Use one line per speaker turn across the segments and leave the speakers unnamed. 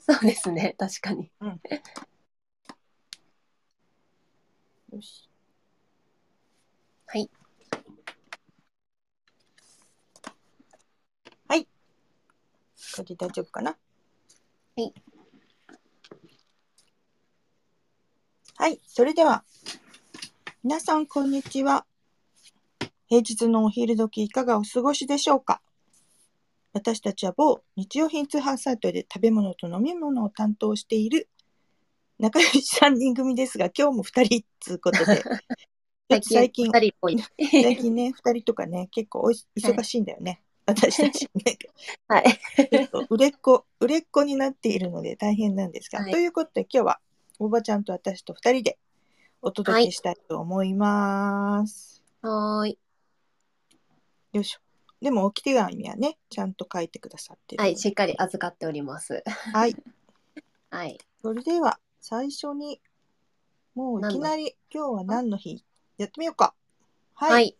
そうですね確かに
よし。
はい。
はい。これで大丈夫かな
はい。
はい。それでは、皆さん、こんにちは。平日のお昼時いかがお過ごしでしょうか私たちは某日用品通販サイトで食べ物と飲み物を担当している仲良し3人組ですが今日も2人っつうことで最近
二人っぽい
最近ね、2人とかね、結構おい忙しいんだよね。私たちね、
はい
結構売れっ子、売れっ子になっているので大変なんですが。
はい
ということで、今日はおばちゃんと私と2人でお届けしたいと思います。
はーい
よいしょ。でも、置き手紙はね、ちゃんと書いてくださってる。
はいしっかり預かっております
はい。
はい
それでは、最初に、もういきなり、今日は何の日やってみようか。はい。
はい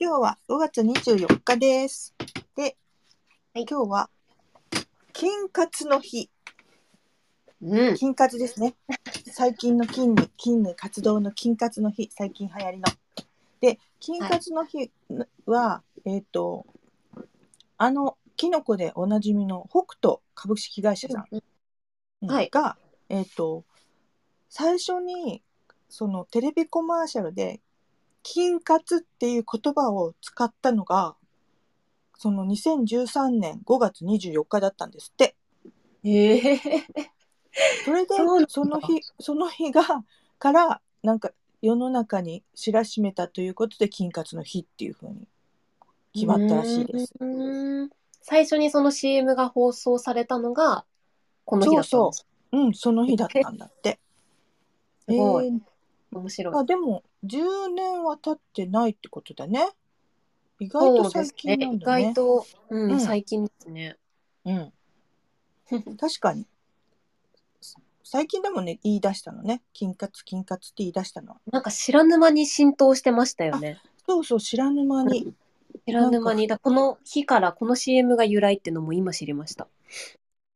今日は5月24日です。で、
はい
今日は筋活の日、
うん
筋活ですね。最近の筋に筋の活動の筋活の日、最近流行りの。で、筋活の日は、えっ、とあのキノコでおなじみの北斗株式会社さんうん
はい
が、えっ、と、最初に、そのテレビコマーシャルで、金活っていう言葉を使ったのが、その2013年5月24日だったんですって。
ええ
それで
そうなんだ、
その日、その日が、から、なんか、世の中に知らしめたということで、金活の日っていうふうに決まったらしいです。
うーん最初にその CM が放送されたのがこの日だったんです
うん、その日だったんだって。
すごい
えー
面白い
あでも10年は経ってないってことだね。意外と最近なん
意
だね。
外と、うん
うん
最近ですね。
うん、 確かに。最近でもんね言い出したのね。金活金活って言い出したのは。
なんか知らぬ間に浸透してましたよね。
そうそう知らぬ間に。
知らぬ間にだこの日からこの CM が由来ってのも今知りました。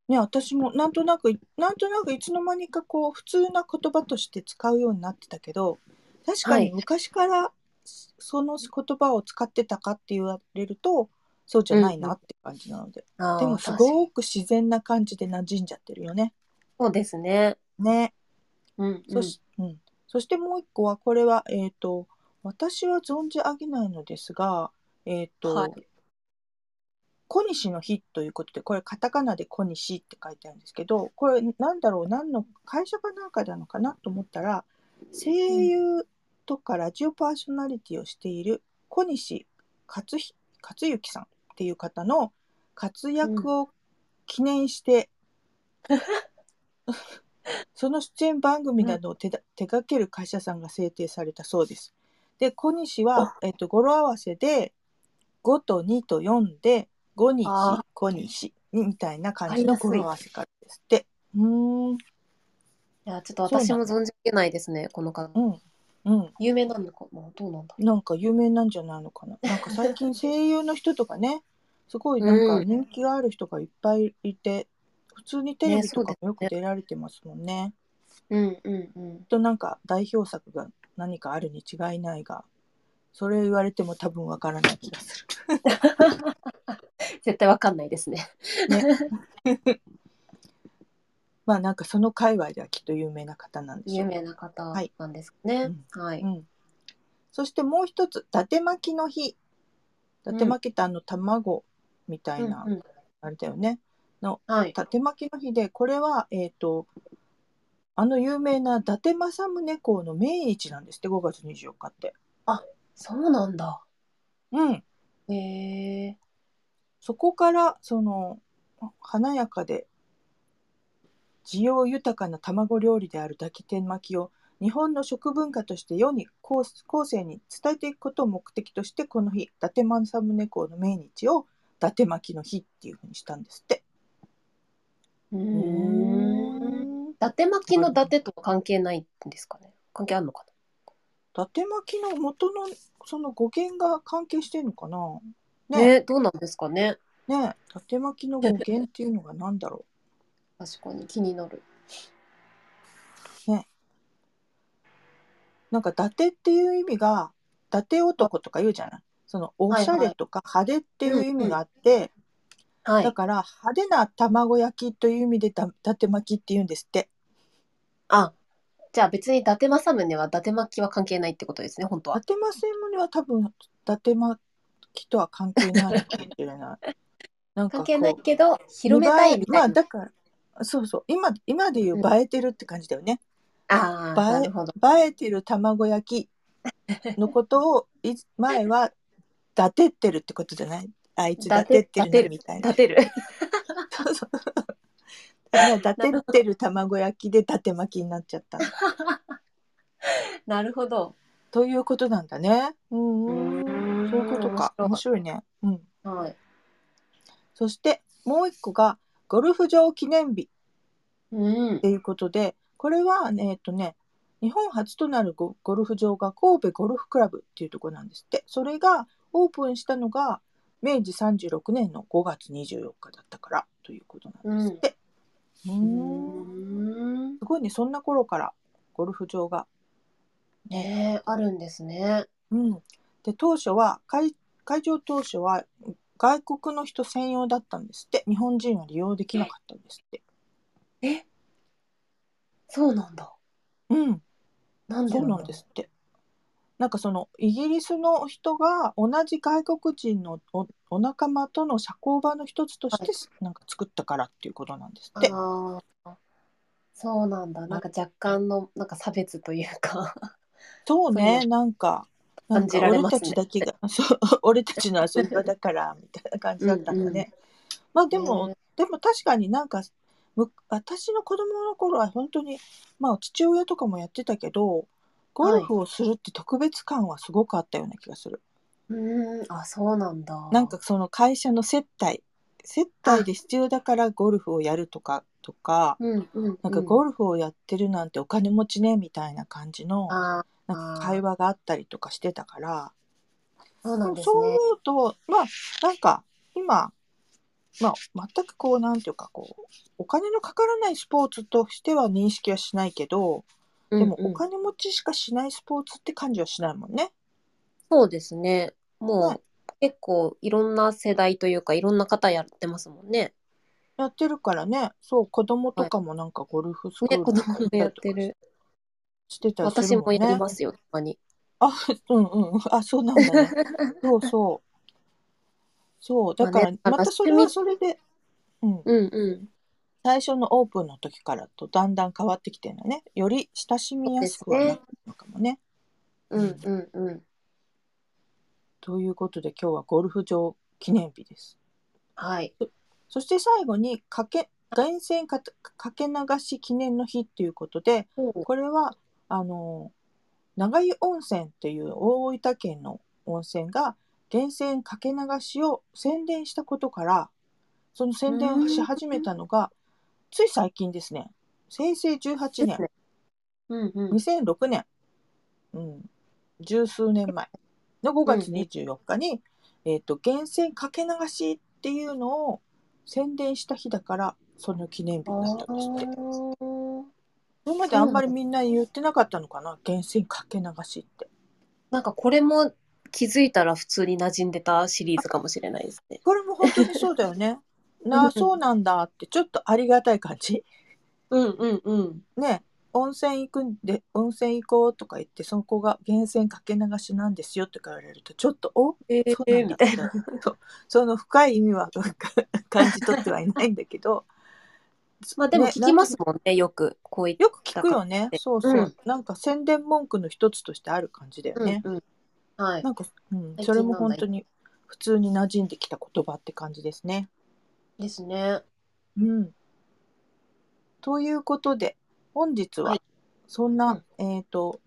ね私もなんとなくなんとなくいつの間にかこう普通な言葉として使うようになってたけど確か
はい
に昔からその言葉を使ってたかって言われるとそうじゃないなって感じなので、
あー
でもす
確かに
ごく自然な感じで馴染んじゃってるよね。
そうですね。
ね。
うん、う
そ
ん、
し,、うん、そしてもう一個はこれは、えー、と私は存じ上げないのですが、えーと
はい
小西の日ということでこれカタカナで小西って書いてあるんですけどこれなんだろう何の会社かなんかなのかなと思ったら声優とかラジオパーソナリティをしている小西克ひ克幸さんっていう方の活躍を記 念して、その出演番組などを手だ手掛ける会社さんが制定されたそうです。で小西は、えっと、語呂合わせで5と2と4で5日
あー
小西みたいな感じの語呂合わせからですって。うーん
いやちょっと私も存じ上げないですねこの方。
うんうん
有名なのかなどうなんだ。
なんか有名なんじゃないのかな。なんか最近声優の人とか ね、すごいなんか
うん
人気がある人がいっぱいいて、普通にテレビとか
ね
もよく出られてますもんね。
うんうんうん
きっ。となんか代表作が何かあるに違いないが、それを言われても多分わからない気がす
絶対わかんないですね。
る。ね、まあなんかその界隈ではきっと有名な方なんでし
有
ょう。
名な方
はい
なんですかね。はい。
うん、そしてもう一つ、伊達巻きの日。伊達巻きってあの卵みたいな、
うんうん
あれだよね。
はい。
伊達巻きの日でこれは、えー、とあの有名な伊達政宗公の命日なんですって5月24日って。
そうなんだ。
うん、
へえ
そこからその華やかで需要豊かな卵料理である伊達巻きを日本の食文化として世に後後世に伝えていくことを目的としてこの日伊達政宗公の命日を伊達巻きの日っていうふうにしたんですって。
うーん。伊達巻きの伊達とは関係ないんですかね関係あるのか
伊達巻きの元のその語源が関係してるのかな
な
ね
ねどうなんですかね
ね伊達巻きの語源っていうのが何だろ
確かに気になる。
なんか伊達っていう意味が伊達男とか言うじゃないそのおしゃれとか派手っていう意味があって、
は
だ
い。
から派手な卵焼きという意味でだ伊達巻きって言うんですって
あ、じゃあ別に伊達政宗は伊達巻きは関係ないってことですね、本当
伊
は。
達政宗は多分伊達巻きとは関係ないかもしれ ない。なんか
関
こう
係ないけど、広めたいみた
まあ
いな。
だからそうそう今今で言う映えてるって感じだよね。
ああ、
映え
なるほど。
映えてる卵焼きのことをい前は伊達ってるってことじゃないあいつ伊達ってるねみたいな。
立てる。
そうそうだから伊達ってる卵焼きで伊達巻きになっちゃった
なるほど。
ということなんだね。うんうんそういうことか面
面
白いね。うん
はい。
そしてもう一個がゴルフ場記念日
うん
と。いうことで、これはね、えっとね、日本初となるゴゴルフ場が神戸ゴルフクラブっていうところなんですって。それがオープンしたのが明治36年の5月24日だったからということなんですって。うー
うんん。
すごいね、そんな頃からゴルフ場が。
ねえ、あるんですね。
うん。で、当初は、会会場当初は外国の人専用だったんですって。日本人は利用できなかったんですって。
え、そうなんだ。
うん。
なんで
そう
ろ
なんですって。なんかそのイギリスの人が同じ外国人のおお仲間との社交場の一つとして
は
なんか作ったからっていうことなんですって。
ああ、そうなんだ。なんか若干のなんか差別というか。
そうね
そ
なんかなん
感じ
から
れ
俺
ますね
たちだけが、そう 俺たちの遊び場だからみたいな感じだったんだね。まあでも、
ね
でも確かになんかむ私の子供の頃は本当にまあ父親とかもやってたけどゴルフをするって特別感はすごくあったような気がする。
うん、あ、そうなんだ。
なんかその会社の接待接待で必要だからゴルフをやるとかとか、
うん、うん、
なんかゴルフをやってるなんてお金持ちねみたいな感じの
うん、ああー
なんか会話があったりとかしてたから
そうなんです
そう
ね
思。うとまあなんか今、まあ、全くこうなんていうかこうお金のかからないスポーツとしては認識はしないけどでも
うんう
お
ん
金持ちしかしないスポーツって感じはしないもんね。
そうですね。
は
も
いう
結構いろんな世代というかいろんな方やってますもんね。
やってるからねそう子供とかもなんかゴルフスクー
ね、
ル
子
とか
供もやってる。
してたりす
私
るも
も
ん
や
ね。
りますよ、たまに。
あ、うんうん。あ、そうなんだ ね。そうそう。そう。だから、
まあね
またそれはそれで、うん。
うんうん。
最初のオープンの時からとだんだん変わってきてるのね。より親しみやすくはなったのかもね。
うんうんうん。
ということで、今日はゴルフ場記念日です。
はい。
そして最後に、かけ、源泉かかけ流し記念の日っていうことで、これはあの長湯温泉という大分県の温泉が源泉かけ流しを宣伝したことからその宣伝をし始めたのがつい最近ですね平成18年
うんうん。
2006年、うん、十数年前の5月24日に、えー、と源泉かけ流しっていうのを宣伝した日だからその記念日になったんですって。
ああ。
今まであんまりみんな言ってなかったのかな源泉かけ流しって。
なんかこれも気づいたら普通に馴染んでたシリーズかもしれないですね。
これも本当にそうだ よね。な
う
あ
ん
そうなんだってちょっとありがたい感じ。
うんうんうん。
ね温泉行くんで温泉行こうとか言ってそこが源泉かけ流しなんですよって言われるとちょっとお
ええ
そうなんだ
みたいな。
そうその深い意味は 感じ取ってはいないんだけど
まあでも
ね
聞きますもん ね、よく。こういっ
よく聞くよねそうそう、
うん
なんか宣伝文句の一つとしてある感じだよね。
うんうん。はい。
なんか、うん、
最近
それも本当に普通に馴染んできた言葉って感じですね。
ですね。
うん、ということで本日は
はい
そんな、えっ、と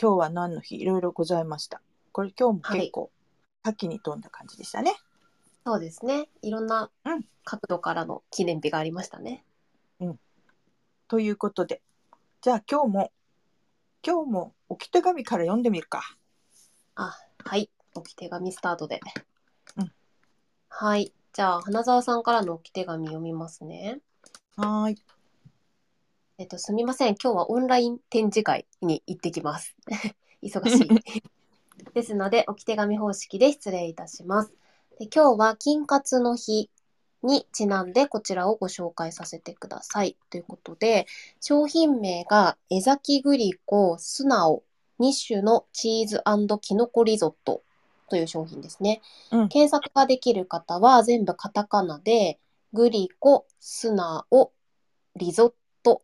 今日は何の日いろいろございました。これ今日も結構、多岐に飛んだ感じでしたね。
そうですね。いろんな
うん
角度からの記念日がありましたね。
ということでじゃあ今日も今日も置き手紙から読んでみるか。
あ、はい。置き手紙スタートで。
うん
はい。じゃあ、花澤さんからの置き手紙読みますね。
はーい。
えっと、すみません。今日はオンライン展示会に行ってきます。 忙しい。 ですので、置き手紙方式で失礼いたします。で今日は金活の日にちなんでこちらをご紹介させてください。ということで、商品名が江崎グリコ素直2種のチーズキノコリゾットという商品ですね。
うん
検索ができる方は全部カタカナで、グリコ素直リゾット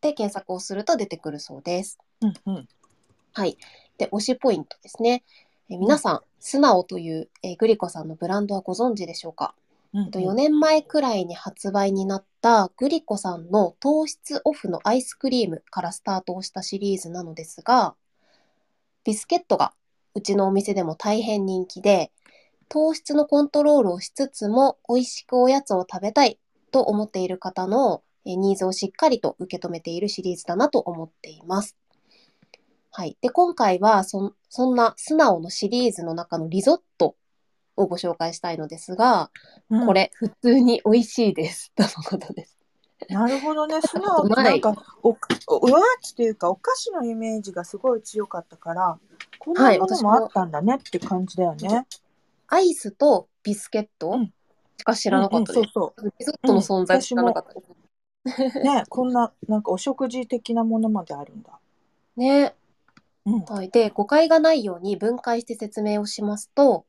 で検索をすると出てくるそうです。
うんうん。
はい。で、推しポイントですね。えー皆さん、素直という、えーグリコさんのブランドはご存知でしょうか、
うん
えっと ?4 年前くらいに発売になったグリコさんの糖質オフのアイスクリームからスタートをしたシリーズなのですが、ビスケットがうちのお店でも大変人気で、糖質のコントロールをしつつも美味しくおやつを食べたいと思っている方のえーニーズをしっかりと受け止めているシリーズだなと思っています。はい。で、今回はそん、そんな素直のシリーズの中のリゾットをご紹介したいのですが、
うん
こ。れ、普通に美味しいです。 とのことです。
なるほどね。素直
う
って
ま
なん
い
か、お、おおやつというか、お菓子のイメージがすごい強かったから、こんな
はい
もの
私
も
も
あったんだねって感じだよね。
アイスとビスケット
うん
しか知らなかった
う
で
んうん
す。
そう
リゾットの存在知らなかったです。
そう。ね、こんな、なんかお食事的なものまであるんだ。
ね。
うん。
はい、で誤解がないように分解して説明をしますと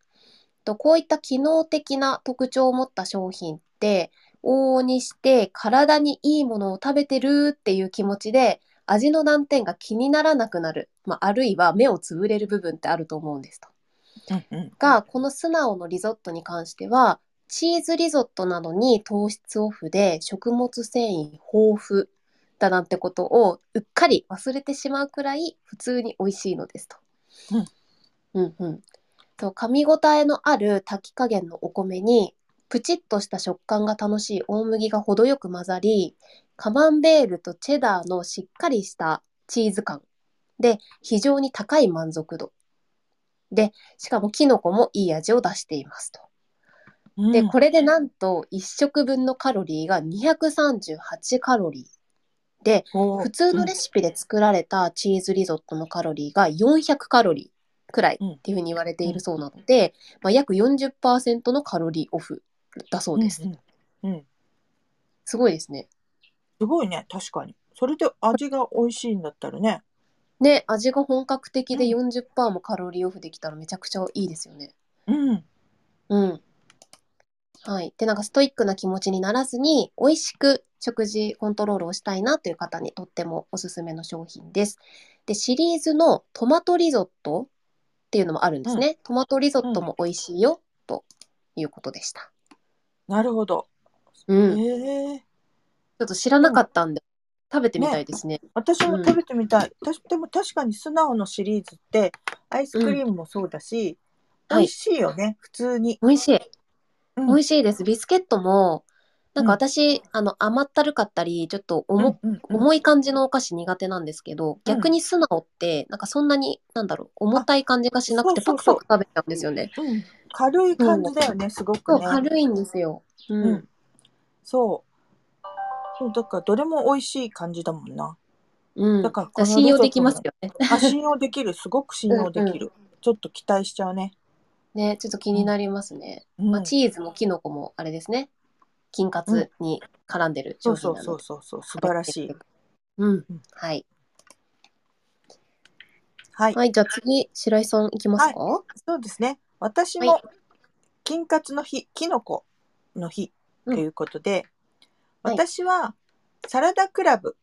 とこういった機能的な特徴を持った商品って往々にして体にいいものを食べてるっていう気持ちで味の難点が気にならなくなる、まあ、あるいは目をつぶれる部分ってあると思うんですと。
うんうん。
がこの素直のリゾットに関してはチーズリゾットなのに糖質オフで食物繊維豊富だなんてことをうっかり忘れてしまうくらい普通に美味しいのですと。うんうんと噛み応えのある炊き加減のお米にプチッとした食感が楽しい大麦が程よく混ざりカマンベールとチェダーのしっかりしたチーズ感で非常に高い満足度でしかもキノコもいい味を出していますと。で、これでなんと1食分のカロリーが238カロリーで
れ
普通のレシピで作られたチーズリゾットのカロリーが400カロリーくらいっていうふうに言われているそうなので、まあ、約40%のカロリーオフだそうです。
うんうんうん
すごいですね。
すごいね、確かに。それで味が美味しいんだったらね。
ね、味が本格的で
う
40%もカロリーオフできたらめちゃくちゃいいですよね。
うん。
うん。はい。で、なんかストイックな気持ちにならずに、美味しく食事コントロールをしたいなという方にとってもおすすめの商品です。で、シリーズのトマトリゾットっていうのもあるんですね。トマトリゾットも美味しいよ、ということでした。
なるほど。
うん。ち
へえ。
ょっと知らなかったんで、食べてみたいですね。
私も食べてみたい。たしでも確かに素直のシリーズって、アイスクリームもそうだし、
うん
美味しいよね、普通に。
美味しい。
うん
美味しいです。ビスケットも、なんか
うん
私、あの、甘ったるかったり、ちょっと重
うんうんうん
重い感じのお菓子苦手なんですけど、逆に素直ってなんかそんなになんだろう重たい感じがしなくて
あ
パ
そう
クパ
そうそう
ク食べちゃうんですよね。
うん、軽い感じだよね、すご
そ
く
う
ね。
軽いんですよ。うん。
うんそう。そう、だからどれも美味しい感じだも んな。
うん。
だ
だ
から
から信用できますよね。
あ、信用できる、すごく信用できる。ちょっと期待しちゃうね。
ね、ちょっと気になりますね。
うん、
まあ、チーズもキノコもあれですね。金活に絡んでる
そ
商
うそ
品
う
な
そ
の
う
で。
そうそう、素晴らしい。。
うん
うん。
はい。
はい、
はい、じゃあ次、白井さんいきますか、
そうですね。私
は
も
い
金活の日、キノコの日ということで、
うんはい
私はサラダクラブ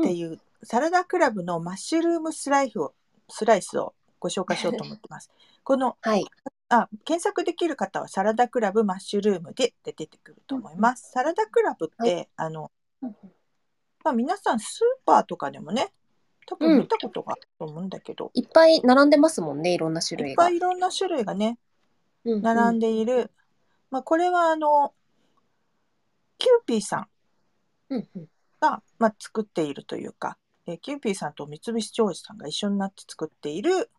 っていう、サラダクラブのマッシュルームスライスをスライスをご紹介しようと思ってます。 この
はい。
あ、検索できる方はサラダクラブマッシュルームでで出てくると思います。サラダクラブって、あの、
うん
まあ、皆さんスーパーとかでもね、多分見たことがあると思うんだけど、
いっぱい並んでますもんね、いろんな種
いっ
類が。
ぱいいろんな種類がね、
うん
並ん
で。
でいる。まあ、これはあの、キューピーさん
うんうん。
が、まあ、作っているというか、えーキューピーさんと三菱商事さんが一緒になって作っている、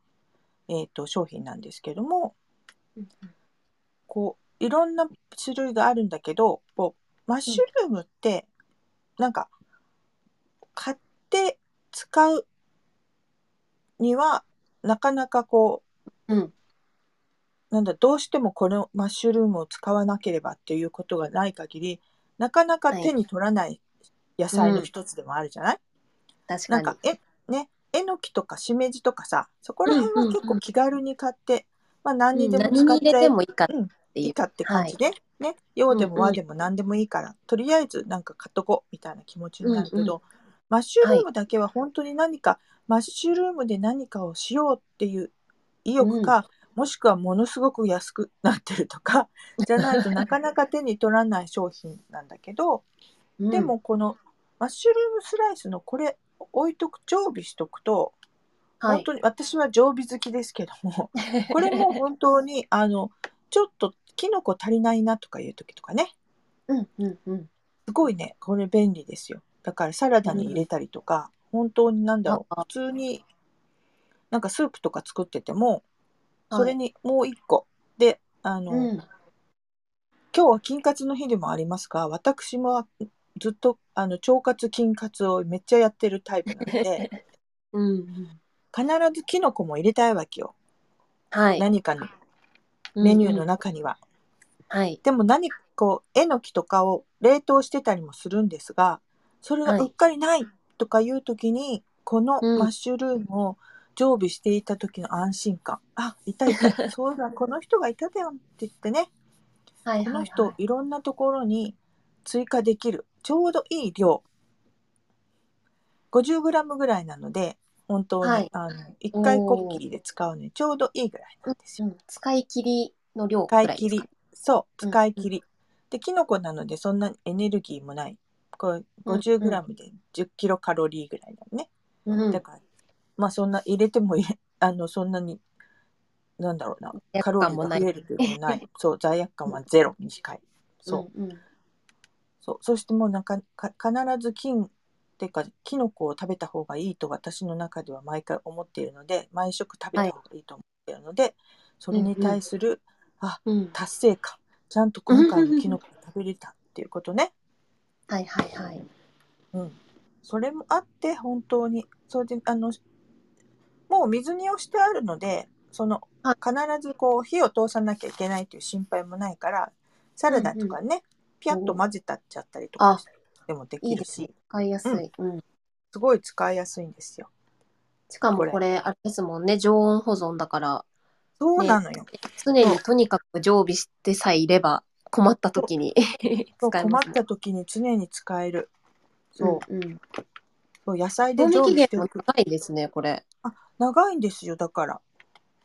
えー、と商品なんですけども、
うん
こういろんな種類があるんだけどこうマッシュルームってなんか買って使うにはなかなかこ
うん。
うなんだどうしてもこのマッシュルームを使わなければっていうことがない限りなかなか手に取らない野菜の一つでもあるじゃない、
確か
なん
に。
かえねえのきとかしめじとかさそこら辺は結構気軽に買って、まあ、何にでも
うん
使っ
何に入れ
ちゃえ
て
ば
もいいかって
い
い。
いうかって感じで、ね洋でも和でも何でもいいから、とりあえずなんか買っとこうみたいな気持ちになるけど、
うんうん
マッシュルームだけは本当に何か、マッシュルームで何かをしようっていう意欲か、もしくはものすごく安くなってると かじゃないとなかなか手に取らない商品なんだけど、
うん
で、もこのマッシュルームスライスのこれ置いとく常備しとくと、
はい
本当に私は常備好きですけども これも本当にあのちょっとキノコ足りないなとかいう時とかね
うんうんうん。
すごいねこれ便利ですよだからサラダに入れたりとか、本当になんだろう
あ
普通になんかスープとか作ってても
はい
それにもう一個、であの、
うん。
今日は金活の日でもありますが私もずっとあの腸活金活をめっちゃやってるタイプな ので
うんうん。
必ずキノコも入れたいわけよ
はい。
何かのメニュー
うんう
の
ん
中には。
はい。
でも何かこうえのきとかを冷凍してたりもするんですがそれが
はいう
っかりないとかいう時にこの
うん
マッシュルームを常備していた時の安心感、あいたい たそうだこの人がいただよって言ってね
はいはい
こ
は
の
い。
人いろんなところに追加できるちょうどいい量 50g ぐらいなので本当に、
はい
あの1回こっきりで使うのにちょうどいいぐらいなんですよ。
うん使い切りの量くら
使
いで
い
すか
切り。そう
うん
使い切り、でキノコなのでそんなにエネルギーもないこれ
うん
50g で1 0キロカロリーぐらいだね、
うん
だ。からまあそんな入れても入れ あのそんなになんだろうな
罪悪
カロリ
感も
ー
な
が
い
増えるということもない そう罪悪感はゼロに近いそう,、
うんうん。
そうそしてもうなんかか必ず菌っていうかキノコを食べた方がいいと私の中では毎回思っているので毎食食べた方がいいと思っているので、それに対する、あ
うん。
達成感ちゃんと今回のキノコが食べれたっていうことね、
はいはいはい。
うん、それもあって本当にそれであのもう水煮をしてあるのでその
はい
必ずこう火を通さなきゃいけないという心配もないからサラダとかね、ピャッと混ぜたっちゃったりとかでもで
い
き
い
る
で
し
すね。使いやすい。うん。
すごい使いやすいんですよ。
しかも
これ
これ、あれですもんね、常温保存だから、
そうなのよ。
常にとにかく常備してさえいれば、困った時に
そ う
使え
困
ま
っ
すね。
た時に常に使える。そう,、
うんうん。
そう野菜で
賞
常
味期
備
限
してお
も
く。
長いですね、これ。
長いんですよだから。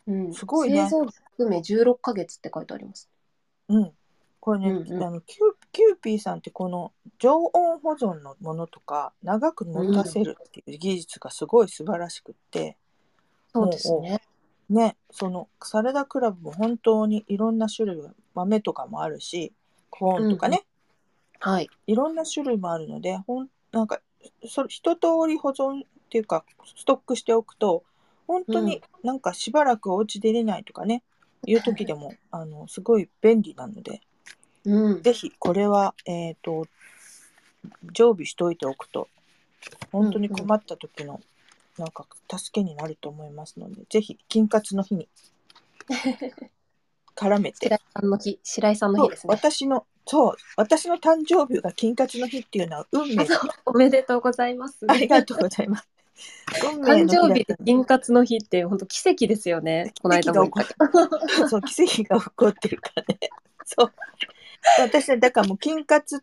うん
すごいね
製造日含め16ヶ月って書いてあります。
うん、これね、
うんうん
あのキュキューピーさんってこの常温保存のものとか長く持たせるっていう技術がすごい素晴らしくって、
そうですね。
ねそのサラダクラブも本当にいろんな種類豆とかもあるしコーンとかね、
はい。
いろんな種類もあるのでほんなんかそ一通り保存っていうかストックしておくと本当になんかしばらくお家出れないとかね、いう時でもあのすごい便利なので
うん。
ぜひこれは、えー、と常備しておいておくと本当に困った時のなんか助けになると思いますので、ぜひ金活の日に絡め て
白井さんの日、白井さんの
そ
日
う
ですね。
私のそう私の誕生日が金活の日っていうのは運
あ
命
そうおめでとうございます。
ありがとうござ います運命
誕
の日だ
生日で
った
銀活の日って本当奇跡ですよね。この間も言ったけど。
そう奇跡が起こってるからね。 そう私はだからもう金活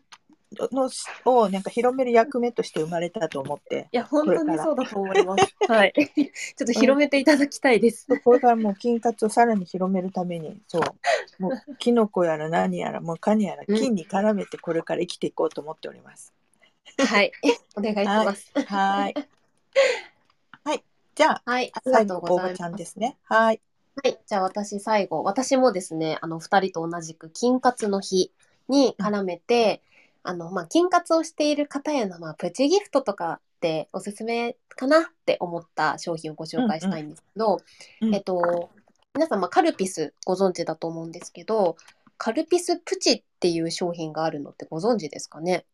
のをなんか広める役目として生まれたと思って
いや本当にそうだと思います。はい。ちょっと広めていただきたいです。
これからもう金活をさらに広めるためにそうも うキノコやら何やらもうカニやら
うん
金に絡めてこれから生きていこうと思っております。
はい。お願いします。
はー い。はい。じゃあ
はい。あり
最
がと
後
うご
大
ざ
場
い
ちゃん
ます。
ですね。はい。
はい。じゃあ私最後、私もですね、あの、二人と同じく、金活の日に絡めて、あの、まあ、金活をしている方への、まあ、プチギフトとかっておすすめかなって思った商品をご紹介したいんですけど、
うんうんうん
えっと、皆様、カルピスご存知だと思うんですけど、カルピスプチっていう商品があるのってご存知ですかね、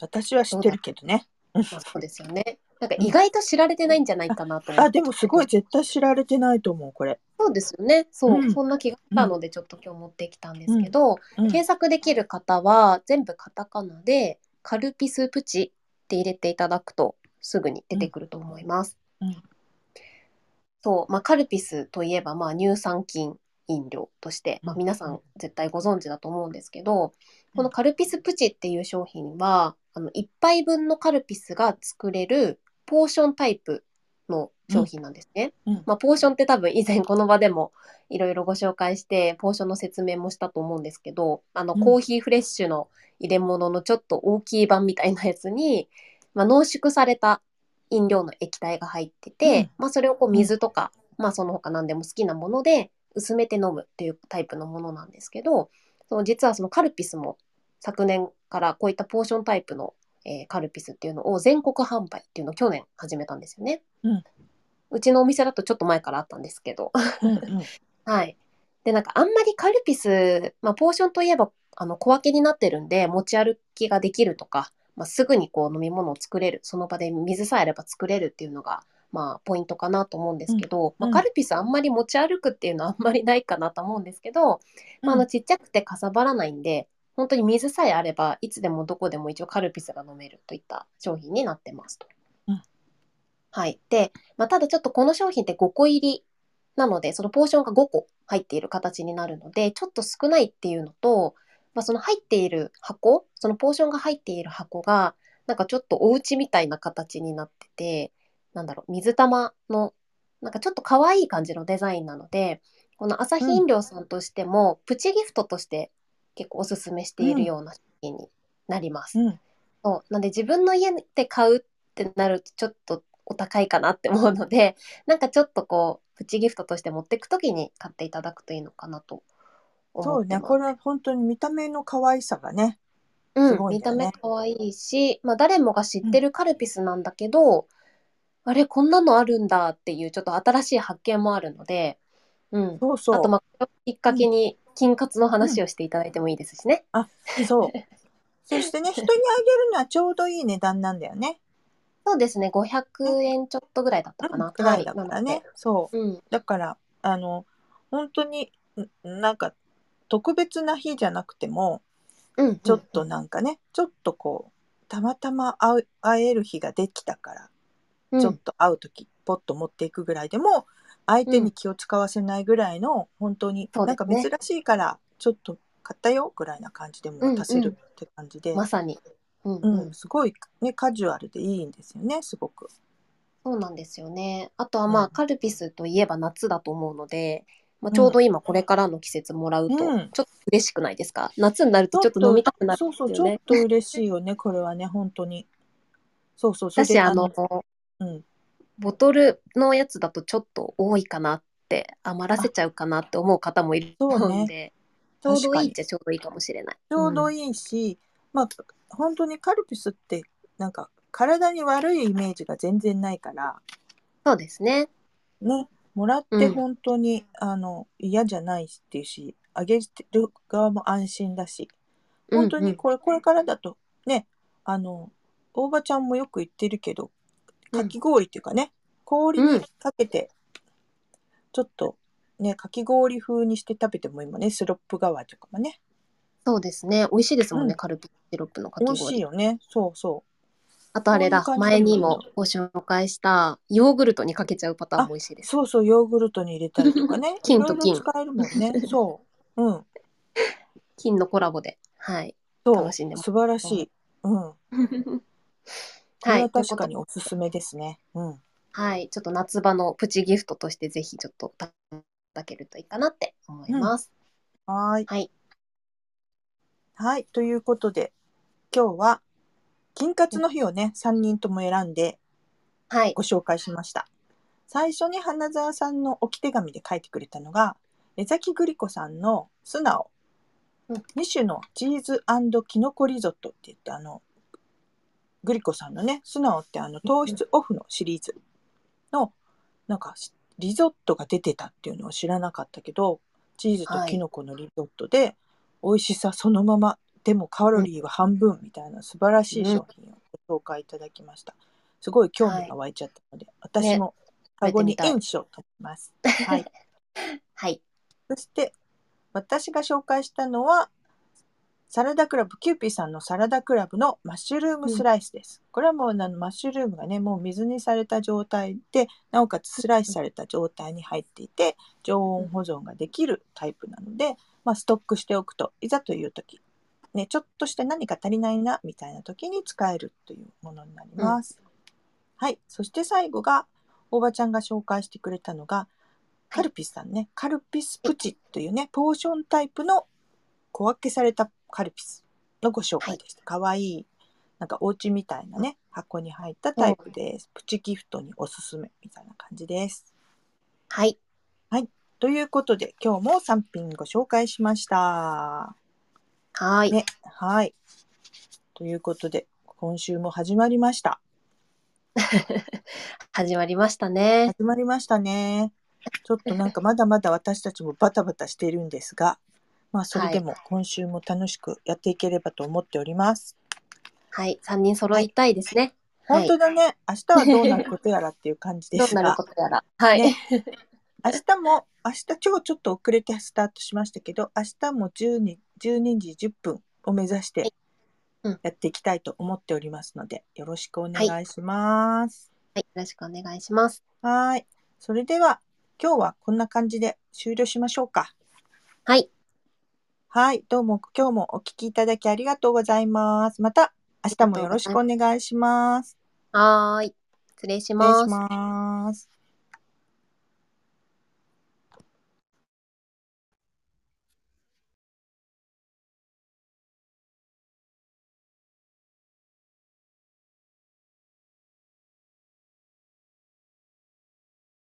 私は知ってるけどね。
まあ、そうですよね。なんか意外と知られてないんじゃないかなと思って
あ、でもすごい、絶対知られてないと思う、これ。
そうですよね。そう、
うん
そんな気がしたので、ちょっと今日持ってきたんですけど、
うん
検索できる方は全部カタカナで、カルピスプチって入れていただくと、すぐに出てくると思います。
うんうん
そう、まあ、カルピスといえば、まあ、乳酸菌飲料として、まあ、
うん
皆さん絶対ご存知だと思うんですけど、このカルピスプチっていう商品は、あの、1杯分のカルピスが作れるポーションタイプの商品なんですね。まあ、ポーションって多分以前この場でもいろいろご紹介してポーションの説明もしたと思うんですけどあの
うん
コーヒーフレッシュの入れ物のちょっと大きい版みたいなやつに、まあ、濃縮された飲料の液体が入ってて、まあ、それをこう水とか、まあ、その他何でも好きなもので薄めて飲むっていうタイプのものなんですけどその実はそのカルピスも昨年からこういったポーションタイプの、えーカルピスっていうのを全国販売っていうのを去年始めたんですよね。
うん
うちのお店だとちょっと前からあったんですけど。
うんうん
はい。で、なんかあんまりカルピス、まあ、ポーションといえば、あの、小分けになってるんで、持ち歩きができるとか、まあ、すぐにこう飲み物を作れる、その場で水さえあれば作れるっていうのが、まあ、ポイントかなと思うんですけど、まあ、
うん
カルピスあんまり持ち歩くっていうのはあんまりないかなと思うんですけど、まあ、あの、ちっちゃくてかさばらないんで、本当に水さえあれば、いつでもどこでも一応カルピスが飲めるといった商品になってますと。
うん
はい。で、まあ、ただちょっとこの商品って5個入りなので、そのポーションが5個入っている形になるので、ちょっと少ないっていうのと、まあ、その入っている箱、そのポーションが入っている箱が、なんかちょっとお家みたいな形になってて、なんだろう、水玉の、なんかちょっと可愛い感じのデザインなので、この朝日飲料さんとしても、プチギフトとして結構おすすめしているような商品になります。
うん
そうなんで自分の家で買うってなるとちょっとお高いかなって思うので なんかちょっとこうプチギフトとして持っていく時に買っていただくといいのかなと
そ
思
う
って
ね、
ます。
これは本当に見た目の可愛さがね。
う
す
ん、
ごいん
見た
だよね
目可愛いし、まあ、誰もが知ってるカルピスなんだけど、あれこんなのあるんだっていうちょっと新しい発見もあるので、うん、
そうそう。
あとまあこれをきっかけに金活の話をしていただいてもいいですしね。
そう。そしてね、人にあげるのはちょうどいい値段なんだよね。
そうですね500円ちょっとぐらいだったかな。
くらいだから
なの
ね
で。
そう。
うん、
だから、あの、本当に、んなんか、特別な日じゃなくても、
うん、
ちょっとなんかね、ちょっとこう、たまたま会う会える日ができたから、
うん
ちょっと会う時ポッと持っていくぐらいでも相手に気を使わせないぐらいの、本当に
そう
な
で
ん
すね
か珍しいからちょっと買ったよぐらいな感じでも渡せ
うんう
る
ん
って感じで、
まさに。うん
う
うん
ん、すごいねカジュアルでいいんですよねすごく。
そうなんですよね。あとはまあ、
うん
カルピスといえば夏だと思うので、まあ、
うん
ちょうど今これからの季節もらうと、ち
う
ょ
ん
っと嬉しくないですか、夏になるとちょっと飲みたくなる
そ
ん
う
です
そうち
よ
ょっ
ね。
と嬉しいよねこれはね本当に。そうそうそれ
私
で
あの、
うん、
ボトルのやつだとちょっと多いかなって、余らせちゃうかなって思う方もいると思うんで、ちょう
確
ど
か
いい
に
っちゃちょうどいいかもしれない。
ちょうど
い。
いいし、まあ本当にカルピスってなんか体に悪いイメージが全然ないから。
そうですね。
ね、もらっ
う
て
ん
本当に、あの嫌じゃないっていうしあげてる側も安心だし本当
うんう
に
ん
これ,、これからだとねあの大場ちゃんもよく言ってるけど
うん
かき氷っていうかね、氷にかけてちょっとねかき氷風にして食べても今ねスロップ代わりとかもね
そうですね。美味しいですもんね、
うん
カルピスシロップのかき
美
氷。
味しいよねそうそ
あとあれだ、
こういう感じ
前にもご紹介したヨーグルトにかけちゃうパターンも美味しいうです。
そうそうヨーグルトに入れたりとかね い
金と
ろいろ
金
使えるもん ねそううん
金のコラボで。 はい。
そう
楽しんでます
素晴らしいうんこ
は
れ
い。
は確
と
か
いう
におすすめですね。うん。
ことはい。ちょっと夏場のプチギフトとしてぜひちょっといただけるといいかなって思います。
はーい。
はい。
はい。ということで、今日は、金活の日をね、3人とも選んで
はい。
ご紹介しました。最初に花澤さんの置き手紙で書いてくれたのが、江崎グリコさんの素直、
うん
2種のチーズキノコリゾットって言って、あの、グリコさんのね、素直ってあの糖質オフのシリーズの、なんかしリゾットが出てたっていうのを知らなかったけど、チーズとキノコのリゾットで、美味しさそのままでもカロリーは半分みたいな素晴らしい商品をご紹介いただきました、すごい興味が湧いちゃったので、私もカゴに
食べてみたい
インしようと思います、はい、
はい。
そして私が紹介したのはサラダクラブキューピーさんのサラダクラブのマッシュルームスライスです。これはもうあのマッシュルームがねもう水にされた状態でなおかつスライスされた状態に入っていて常温保存ができるタイプなので、まあ、ストックしておくといざという時、ね、ちょっとして何か足りないなみたいな時に使えるというものになります。はい、そして最後がおばちゃんが紹介してくれたのがカルピスさんね、カルピスプチというね、ポーションタイプの小分けされたカルピスのご紹介でした。かわいい、なんかお家みたいなね、箱に入ったタイプです。プチギフトにおすすめみたいな感じです。
はい。
ということで、今日も3品ご紹介しました。
はい。
ね、はい。ということで、今週も始まりました。
始まりましたね。
始まりましたね。ちょっとなんかまだまだ私たちもバタバタしているんですが、まあそれでも今週も楽しくやっていければと思っております。
はい。3人揃いたいですね。はい
本当だね、明日はどうなることやらっていう 感じで
どう
す
なる
が
こ、とやら。はい。
ね明日も、明日今日ちょっと遅れてスタートしましたけど、明日も12 12時10分を目指して
うん
やっていきたいと思っておりますので、よろしくお願いします。
はい。よろしくお願いします。
はーい。それでは、今日はこんな感じで終了しましょうか。
はい。
はい。どうも、今日もお聞きいただきありがとうございます。また、明日もよろしくお願いします。
はーい。失礼し
失礼
ま
し
す。
ます。